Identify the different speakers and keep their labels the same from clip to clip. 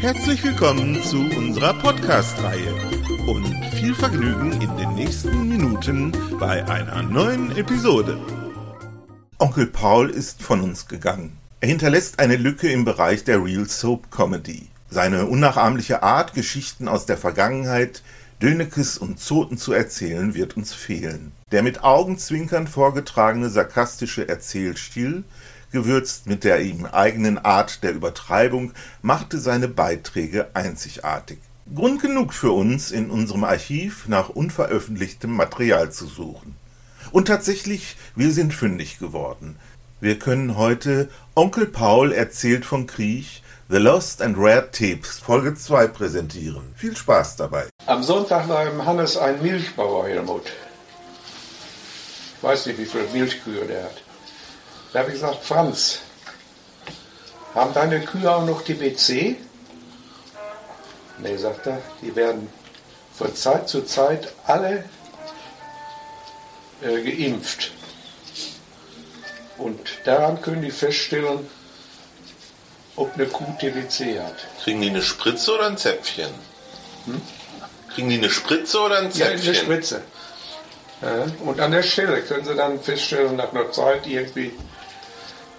Speaker 1: Herzlich willkommen zu unserer Podcast-Reihe und viel Vergnügen in den nächsten Minuten bei einer neuen Episode. Onkel Paul ist von uns gegangen. Er hinterlässt eine Lücke im Bereich der Real Soap Comedy. Seine unnachahmliche Art, Geschichten aus der Vergangenheit, Dönekes und Zoten zu erzählen, wird uns fehlen. Der mit Augenzwinkern vorgetragene sarkastische Erzählstil, gewürzt mit der ihm eigenen Art der Übertreibung, machte seine Beiträge einzigartig. Grund genug für uns, in unserem Archiv nach unveröffentlichtem Material zu suchen. Und tatsächlich, wir sind fündig geworden. Wir können heute Onkel Paul erzählt von Kriech, The Lost and Rare Tapes Folge 2 präsentieren. Viel Spaß dabei.
Speaker 2: Am Sonntag war im Hannes ein Milchbauer, Helmut. Ich weiß nicht, wie viele Milchkühe der hat. Da habe ich gesagt, Franz, haben deine Kühe auch noch TBC? Nee, sagt er, die werden von Zeit zu Zeit alle äh, geimpft. Und daran können die feststellen, ob eine Kuh TBC hat.
Speaker 3: Kriegen die eine Spritze oder ein Zäpfchen? Hm? Kriegen die eine Spritze oder ein
Speaker 2: Ja, eine
Speaker 3: Zäpfchen?
Speaker 2: Spritze. Ja, und an der Stelle können Sie dann feststellen, nach einer Zeit irgendwie,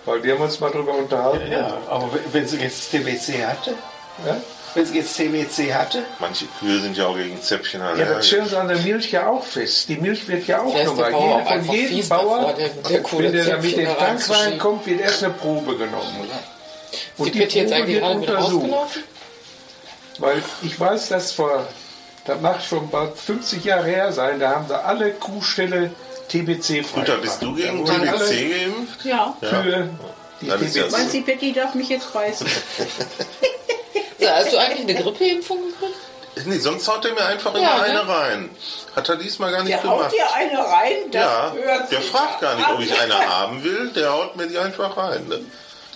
Speaker 2: weil wir haben uns mal drüber unterhalten.
Speaker 4: Ja, aber wenn- wenn sie jetzt TBC hatte,
Speaker 2: Ja?
Speaker 4: wenn sie jetzt TBC hatte,
Speaker 3: Manche Kühe sind ja auch gegen Zäpfchen
Speaker 2: Ja, das
Speaker 3: allergisch.
Speaker 2: stellen sie an der Milch ja auch fest. Die Milch wird ja auch
Speaker 5: Der ist
Speaker 2: nochmal.
Speaker 5: der Bauer
Speaker 2: Jeder,
Speaker 5: auch
Speaker 2: von
Speaker 5: einfach
Speaker 2: jedem
Speaker 5: fies davor,
Speaker 2: Bauer,
Speaker 5: der- der Kuh
Speaker 2: wenn der
Speaker 5: das
Speaker 2: da mit
Speaker 5: Zäpfchen
Speaker 2: dem
Speaker 5: da
Speaker 2: Tank
Speaker 5: reinzuschieben.
Speaker 2: reinkommt, wird erst eine Probe genommen.
Speaker 5: Die wird jetzt
Speaker 2: Probe
Speaker 5: eigentlich
Speaker 2: wird
Speaker 5: gerade mit rausgelaufen?
Speaker 2: Weil ich weiß, dass vor, das mag schon bald 50 Jahre her sein, da haben sie alle Kuhställe TBC frei.
Speaker 3: Günther, bist du gegen
Speaker 2: Da wurden
Speaker 3: TBC geimpft?
Speaker 6: Ja,
Speaker 2: Alle Kühe, die
Speaker 3: Dann ist ja
Speaker 2: TBC.
Speaker 3: so.
Speaker 6: meint sie, Betty darf mich jetzt beißen.
Speaker 5: So, hast du eigentlich eine Grippeimpfung gekriegt?
Speaker 3: Nee, sonst haut er mir einfach immer
Speaker 5: Ja, ne?
Speaker 3: eine rein. Hat er diesmal gar nicht
Speaker 6: Der haut
Speaker 3: gemacht.
Speaker 6: dir eine rein, das
Speaker 3: ja,
Speaker 6: hört
Speaker 3: der
Speaker 6: sich
Speaker 3: fragt gar nicht,
Speaker 6: an.
Speaker 3: ob ich eine haben will, der haut mir die einfach rein. Ne?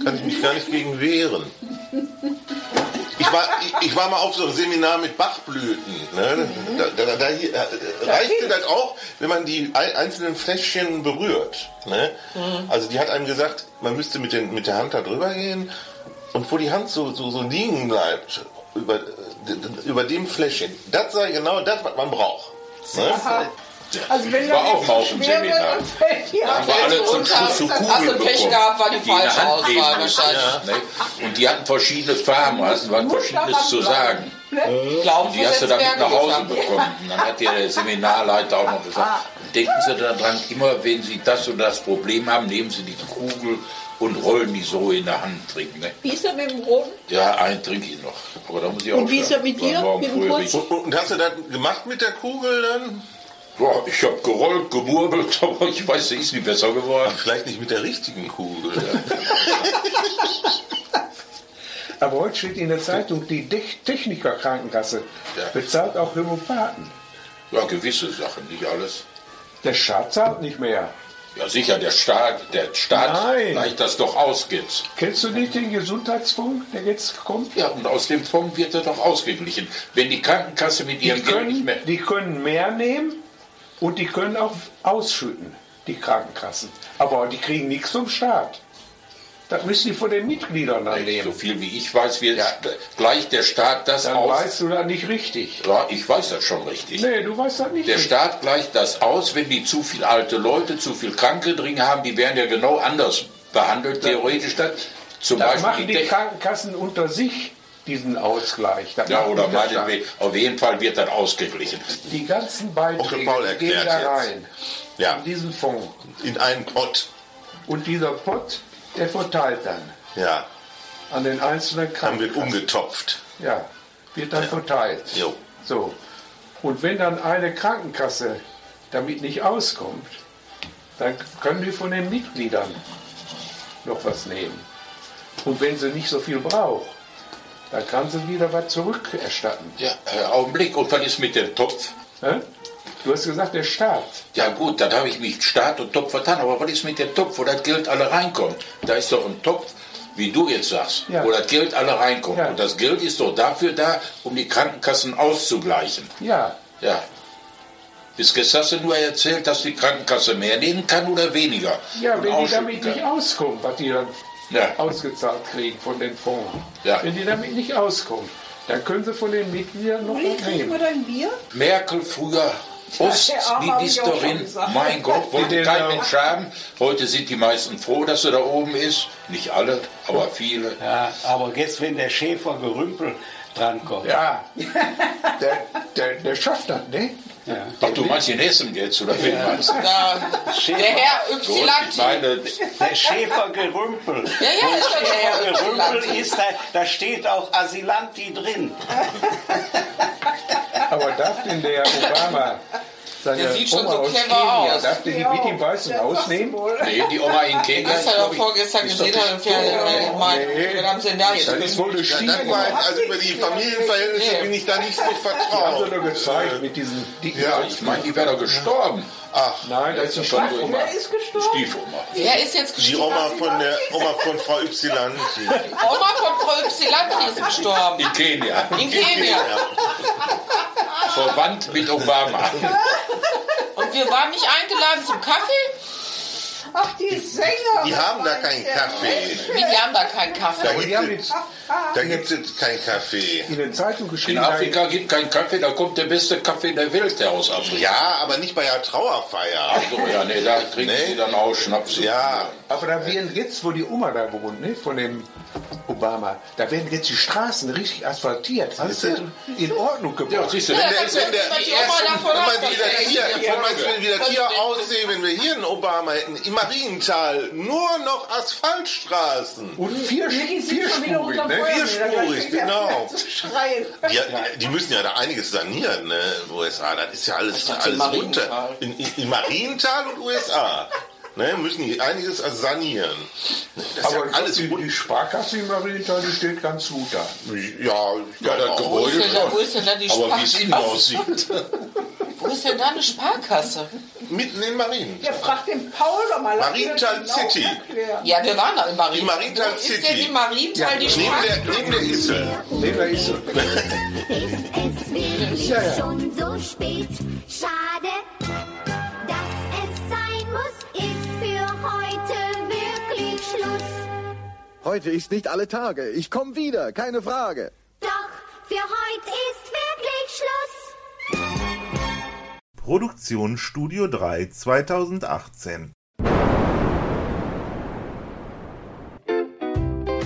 Speaker 3: Kann ich mich gar nicht gegen wehren. Ich war, ich, ich war mal auf so einem Seminar mit Bachblüten. Ne? Da, da, da, da hier, äh, reichte das auch, wenn man die ei- einzelnen Fläschchen berührt. Ne?
Speaker 6: Mhm.
Speaker 3: Also die hat einem gesagt, man müsste mit, den, mit der Hand da drüber gehen und wo die Hand so, so, so liegen bleibt über, d- d- über dem Fläschchen, das sei genau das, was man braucht. Ne?
Speaker 6: Also wenn
Speaker 7: war
Speaker 6: das
Speaker 7: auch
Speaker 6: jetzt
Speaker 7: mal auf
Speaker 6: so
Speaker 7: dem
Speaker 6: schwer
Speaker 7: Seminar.
Speaker 6: wird, dann fällt die
Speaker 7: haben wir
Speaker 6: Hand
Speaker 7: alle zum
Speaker 6: runter.
Speaker 7: Schluss so Kugeln
Speaker 5: Hast du Pech
Speaker 7: bekommen,
Speaker 5: gehabt, war die
Speaker 7: in der
Speaker 5: falsche
Speaker 7: Hand
Speaker 5: Auswahl
Speaker 7: leben mussten,
Speaker 5: wahrscheinlich.
Speaker 7: ne? Und die hatten verschiedene Farben, hast du hatten
Speaker 6: Muss daran
Speaker 7: verschiedenes zu
Speaker 6: bleiben,
Speaker 7: sagen.
Speaker 6: ne?
Speaker 5: Glauben
Speaker 7: Die hast du
Speaker 5: jetzt
Speaker 7: damit
Speaker 5: Berge
Speaker 7: nach Hause
Speaker 5: geschafft.
Speaker 7: bekommen. Und Dann hat dir der Seminarleiter auch noch
Speaker 6: Ah.
Speaker 7: gesagt, denken Sie daran, immer wenn Sie das und das Problem haben, nehmen Sie diese Kugel und rollen die so in der Hand trinken. Ne?
Speaker 6: Wie ist er mit dem Roten?
Speaker 7: Ja, einen trinke ich noch. Aber da muss ich auch
Speaker 6: Und wie ist das mit dir? Mit dem kurzen?
Speaker 3: Und, und hast du das gemacht mit der Kugel dann?
Speaker 7: Boah, ich habe gerollt, gemurmelt, aber ich weiß, es ist nicht besser geworden.
Speaker 3: Vielleicht nicht mit der richtigen Kugel.
Speaker 2: Aber heute steht in der Zeitung, die Dech- Technikerkrankenkasse
Speaker 7: Ja.
Speaker 2: bezahlt auch Homöopathen.
Speaker 7: Ja, gewisse Sachen, nicht alles.
Speaker 2: Der Staat zahlt nicht mehr.
Speaker 7: Ja, sicher, der Staat, der Staat
Speaker 2: Nein.
Speaker 7: gleicht das doch aus jetzt.
Speaker 2: Kennst du nicht den Gesundheitsfonds, der jetzt kommt?
Speaker 7: Ja, und aus dem Fonds wird er doch ausgeglichen. Wenn die Krankenkasse mit
Speaker 2: Die
Speaker 7: ihrem Geld nicht
Speaker 2: können,
Speaker 7: mehr.
Speaker 2: die können mehr nehmen und die können auch ausschütten, die Krankenkassen. Aber die kriegen nichts vom Staat. Das müssen die von den Mitgliedern dann
Speaker 7: So
Speaker 2: nehmen.
Speaker 7: viel wie ich weiß, wird gleicht der Staat das
Speaker 2: Dann
Speaker 7: aus.
Speaker 2: weißt du das nicht richtig.
Speaker 7: Ja, ich weiß das schon richtig.
Speaker 2: Nee, du weißt das nicht
Speaker 7: Der
Speaker 2: richtig.
Speaker 7: Staat gleicht das aus, wenn die zu viel alte Leute, zu viel Kranke drin haben, die werden ja genau anders behandelt, theoretisch. zum
Speaker 2: Das
Speaker 7: Beispiel
Speaker 2: machen
Speaker 7: die
Speaker 2: die
Speaker 7: Technik.
Speaker 2: Krankenkassen unter sich diesen Ausgleich. Das
Speaker 7: Ja,
Speaker 2: macht
Speaker 7: oder
Speaker 2: nicht der Staat.
Speaker 7: meinetwegen. Auf jeden Fall wird das ausgeglichen.
Speaker 2: Die ganzen Beiträge
Speaker 3: Onkel Paul
Speaker 2: die
Speaker 3: erklärt
Speaker 2: gehen da
Speaker 3: jetzt.
Speaker 2: rein.
Speaker 3: Ja,
Speaker 2: In diesen Fonds.
Speaker 3: in einen Pott.
Speaker 2: Und dieser Pott, der verteilt dann
Speaker 3: Ja,
Speaker 2: an den einzelnen
Speaker 3: dann wird
Speaker 2: Krankenkassen.
Speaker 3: umgetopft.
Speaker 2: Ja, wird dann verteilt.
Speaker 3: Jo.
Speaker 2: So. Und wenn dann eine Krankenkasse damit nicht auskommt, dann können die von den Mitgliedern noch was nehmen. Und wenn sie nicht so viel braucht, dann kann sie wieder was zurückerstatten.
Speaker 7: Ja, äh, Augenblick. Und was ist mit dem Topf?
Speaker 2: Hä? Du hast gesagt, der Staat.
Speaker 7: Ja gut, dann habe ich mich Staat und Topf vertan. Aber was ist mit dem Topf, wo das Geld alle reinkommt? Da ist doch ein Topf, wie du jetzt sagst,
Speaker 2: Ja.
Speaker 7: wo das Geld alle reinkommt.
Speaker 2: Ja.
Speaker 7: Und das Geld ist doch dafür da, um die Krankenkassen auszugleichen.
Speaker 2: Ja,
Speaker 7: Ja. Bis gestern hast du nur erzählt, dass die Krankenkasse mehr nehmen kann oder weniger.
Speaker 2: ja wenn
Speaker 7: Und
Speaker 2: die
Speaker 7: ausschütten
Speaker 2: damit
Speaker 7: kann.
Speaker 2: nicht auskommen, was die dann
Speaker 7: Ja.
Speaker 2: ausgezahlt kriegen von den Fonds.
Speaker 7: Ja.
Speaker 2: Wenn die damit nicht auskommen, dann können sie von den Mitgliedern noch
Speaker 6: Uli,
Speaker 2: was
Speaker 6: trink mal
Speaker 2: nehmen.
Speaker 6: dein Bier.
Speaker 7: Merkel früher
Speaker 6: der Arme hab ich auch schon
Speaker 7: Ostministerin,
Speaker 6: gesagt.
Speaker 7: mein Gott, wollte
Speaker 2: Den
Speaker 7: kein
Speaker 2: auch.
Speaker 7: Mensch haben. Heute sind die meisten froh, dass sie da oben ist. Nicht alle, aber viele.
Speaker 4: Ja, aber jetzt, wenn der Schäfer Gerümpel drankommt.
Speaker 2: Ja, der, der, der schafft das, ne?
Speaker 7: Ach, du meinst in Hessen jetzt, oder wen meinst du?
Speaker 5: Ja, der
Speaker 4: Schäfer,
Speaker 5: Herr
Speaker 7: So, ich
Speaker 5: Y.
Speaker 7: meine,
Speaker 4: der Schäfer Gerümpel.
Speaker 5: Ja, ja, ist doch der Herr
Speaker 4: Schäfer Gerümpel
Speaker 5: Ypsilanti.
Speaker 4: ist da, da steht auch Asilanti drin.
Speaker 2: Aber darf denn der Obama seine
Speaker 5: Der sieht schon
Speaker 2: Oma
Speaker 5: so
Speaker 2: aus
Speaker 5: clever
Speaker 2: Kenia,
Speaker 5: aus.
Speaker 2: darf der die mit dem Weißen ausnehmen?
Speaker 7: nee, die Oma in Kenia.
Speaker 5: Das
Speaker 7: ich
Speaker 5: hat er
Speaker 7: glaub,
Speaker 5: doch
Speaker 7: ich-
Speaker 5: vorgestern
Speaker 7: ist doch
Speaker 5: gesehen, hat im Fernsehen.
Speaker 2: Nee.
Speaker 5: Mein, was haben sie denn da jetzt?
Speaker 2: Das ist wohl eine
Speaker 3: Ja, das war,
Speaker 2: Stiefmutter.
Speaker 3: also über die Familienverhältnisse bin ich da nicht so
Speaker 2: Haben sie
Speaker 3: vertraut.
Speaker 2: doch gezeigt mit diesem dicken
Speaker 3: Ja,
Speaker 7: Ich meine, die wäre doch gestorben.
Speaker 3: Ach,
Speaker 2: Nein, das ist eine Stiefmutter.
Speaker 6: Wer ist gestorben?
Speaker 7: Stiefoma.
Speaker 5: Wer ist jetzt
Speaker 3: die
Speaker 5: gestorben?
Speaker 3: Also, Oma von der Äh, Oma von Frau Y.
Speaker 5: Oma von Frau Ypsilanti ist gestorben.
Speaker 7: In Kenia.
Speaker 5: In Kenia.
Speaker 7: Verwandt mit Obama.
Speaker 5: Und wir waren nicht eingeladen zum Kaffee?
Speaker 6: Ach, die Sänger.
Speaker 3: Die haben da keinen Kaffee.
Speaker 5: Nee, die haben da keinen Kaffee.
Speaker 3: Da
Speaker 2: Aber die haben
Speaker 3: gibt es,
Speaker 2: jetzt
Speaker 3: da gibt es keinen Kaffee.
Speaker 2: in den Zeitungen geschrieben,
Speaker 7: In Afrika gibt kein Kaffee, da kommt der beste Kaffee der Welt, der aus Afrika.
Speaker 3: Ja, aber nicht bei der Trauerfeier.
Speaker 7: So, ja, nee, da kriegen
Speaker 3: Nee.
Speaker 7: sie dann auch Schnaps.
Speaker 3: Ja,
Speaker 2: aber da werden jetzt, wo die Oma da wohnt, ne, von dem Obama, da werden jetzt die Straßen richtig asphaltiert, weißt du, in Ordnung
Speaker 7: Ja,
Speaker 2: gebracht.
Speaker 7: siehst du,
Speaker 5: Ja,
Speaker 7: wenn
Speaker 3: Wenn
Speaker 7: der,
Speaker 5: das-
Speaker 3: der, wenn der,
Speaker 5: Also, Wenn die Oma
Speaker 3: ersten,
Speaker 5: davon
Speaker 3: wenn man
Speaker 5: abgeht,
Speaker 3: wieder
Speaker 5: dann
Speaker 3: hier,
Speaker 5: ist die
Speaker 3: wenn man wenn wieder
Speaker 5: Das
Speaker 3: hier
Speaker 5: stimmt.
Speaker 3: aussehen, wenn wir hier einen Obama hätten, im Mariental nur noch Asphaltstraßen.
Speaker 2: Und vier,
Speaker 6: Die sind schon wieder
Speaker 2: vierspurig,
Speaker 6: unterm
Speaker 2: ne?
Speaker 6: Feuer.
Speaker 3: Vierspurig, genau.
Speaker 6: Zu schreien.
Speaker 3: Ja, die müssen ja da einiges sanieren, ne? USA, das ist ja alles,
Speaker 7: dachte,
Speaker 3: alles
Speaker 7: Mariental.
Speaker 3: runter. In, in, in Mariental und USA. Ne, müssen die einiges sanieren. Ne, Das ist
Speaker 2: Aber
Speaker 3: ja alles
Speaker 2: die, die
Speaker 3: gut.
Speaker 2: Sparkasse in Marienthal, die steht ganz gut da.
Speaker 3: Ja, ja,
Speaker 7: das
Speaker 3: das
Speaker 5: Wo ist
Speaker 7: Gebäude-
Speaker 3: Gebäude.
Speaker 5: denn da, wo ist denn da die
Speaker 7: aber wie es innen
Speaker 5: Sparkasse?
Speaker 7: aussieht.
Speaker 5: Wo ist denn da eine Sparkasse?
Speaker 3: Mitten in Marien.
Speaker 6: Ja, frag den Paul doch mal. lass dir das
Speaker 3: Marienthal
Speaker 6: genau
Speaker 3: City.
Speaker 6: erklären.
Speaker 5: Ja, wir waren da in Marienthal.
Speaker 3: Die Marienthal
Speaker 5: Wo
Speaker 3: City.
Speaker 5: Ist denn die Marienthal, die
Speaker 3: Neben
Speaker 5: Sparkasse?
Speaker 3: der, neben der Issel.
Speaker 2: Ne, da ist sie.
Speaker 8: ist es wirklich
Speaker 2: Ja, ja.
Speaker 8: schon so spät. Schade, dass es sein muss, ist für heute wirklich Schluss.
Speaker 9: Heute ist nicht alle Tage. Ich komme wieder, keine Frage.
Speaker 8: Doch für heute ist wirklich Schluss.
Speaker 1: Produktion Studio 3 2018.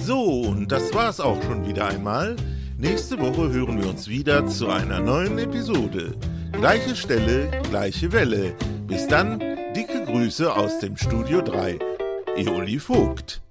Speaker 1: So, und das war's auch schon wieder einmal. Nächste Woche hören wir uns wieder zu einer neuen Episode. Gleiche Stelle, gleiche Welle. Bis dann, dicke Grüße aus dem Studio 3. Eoli Vogt.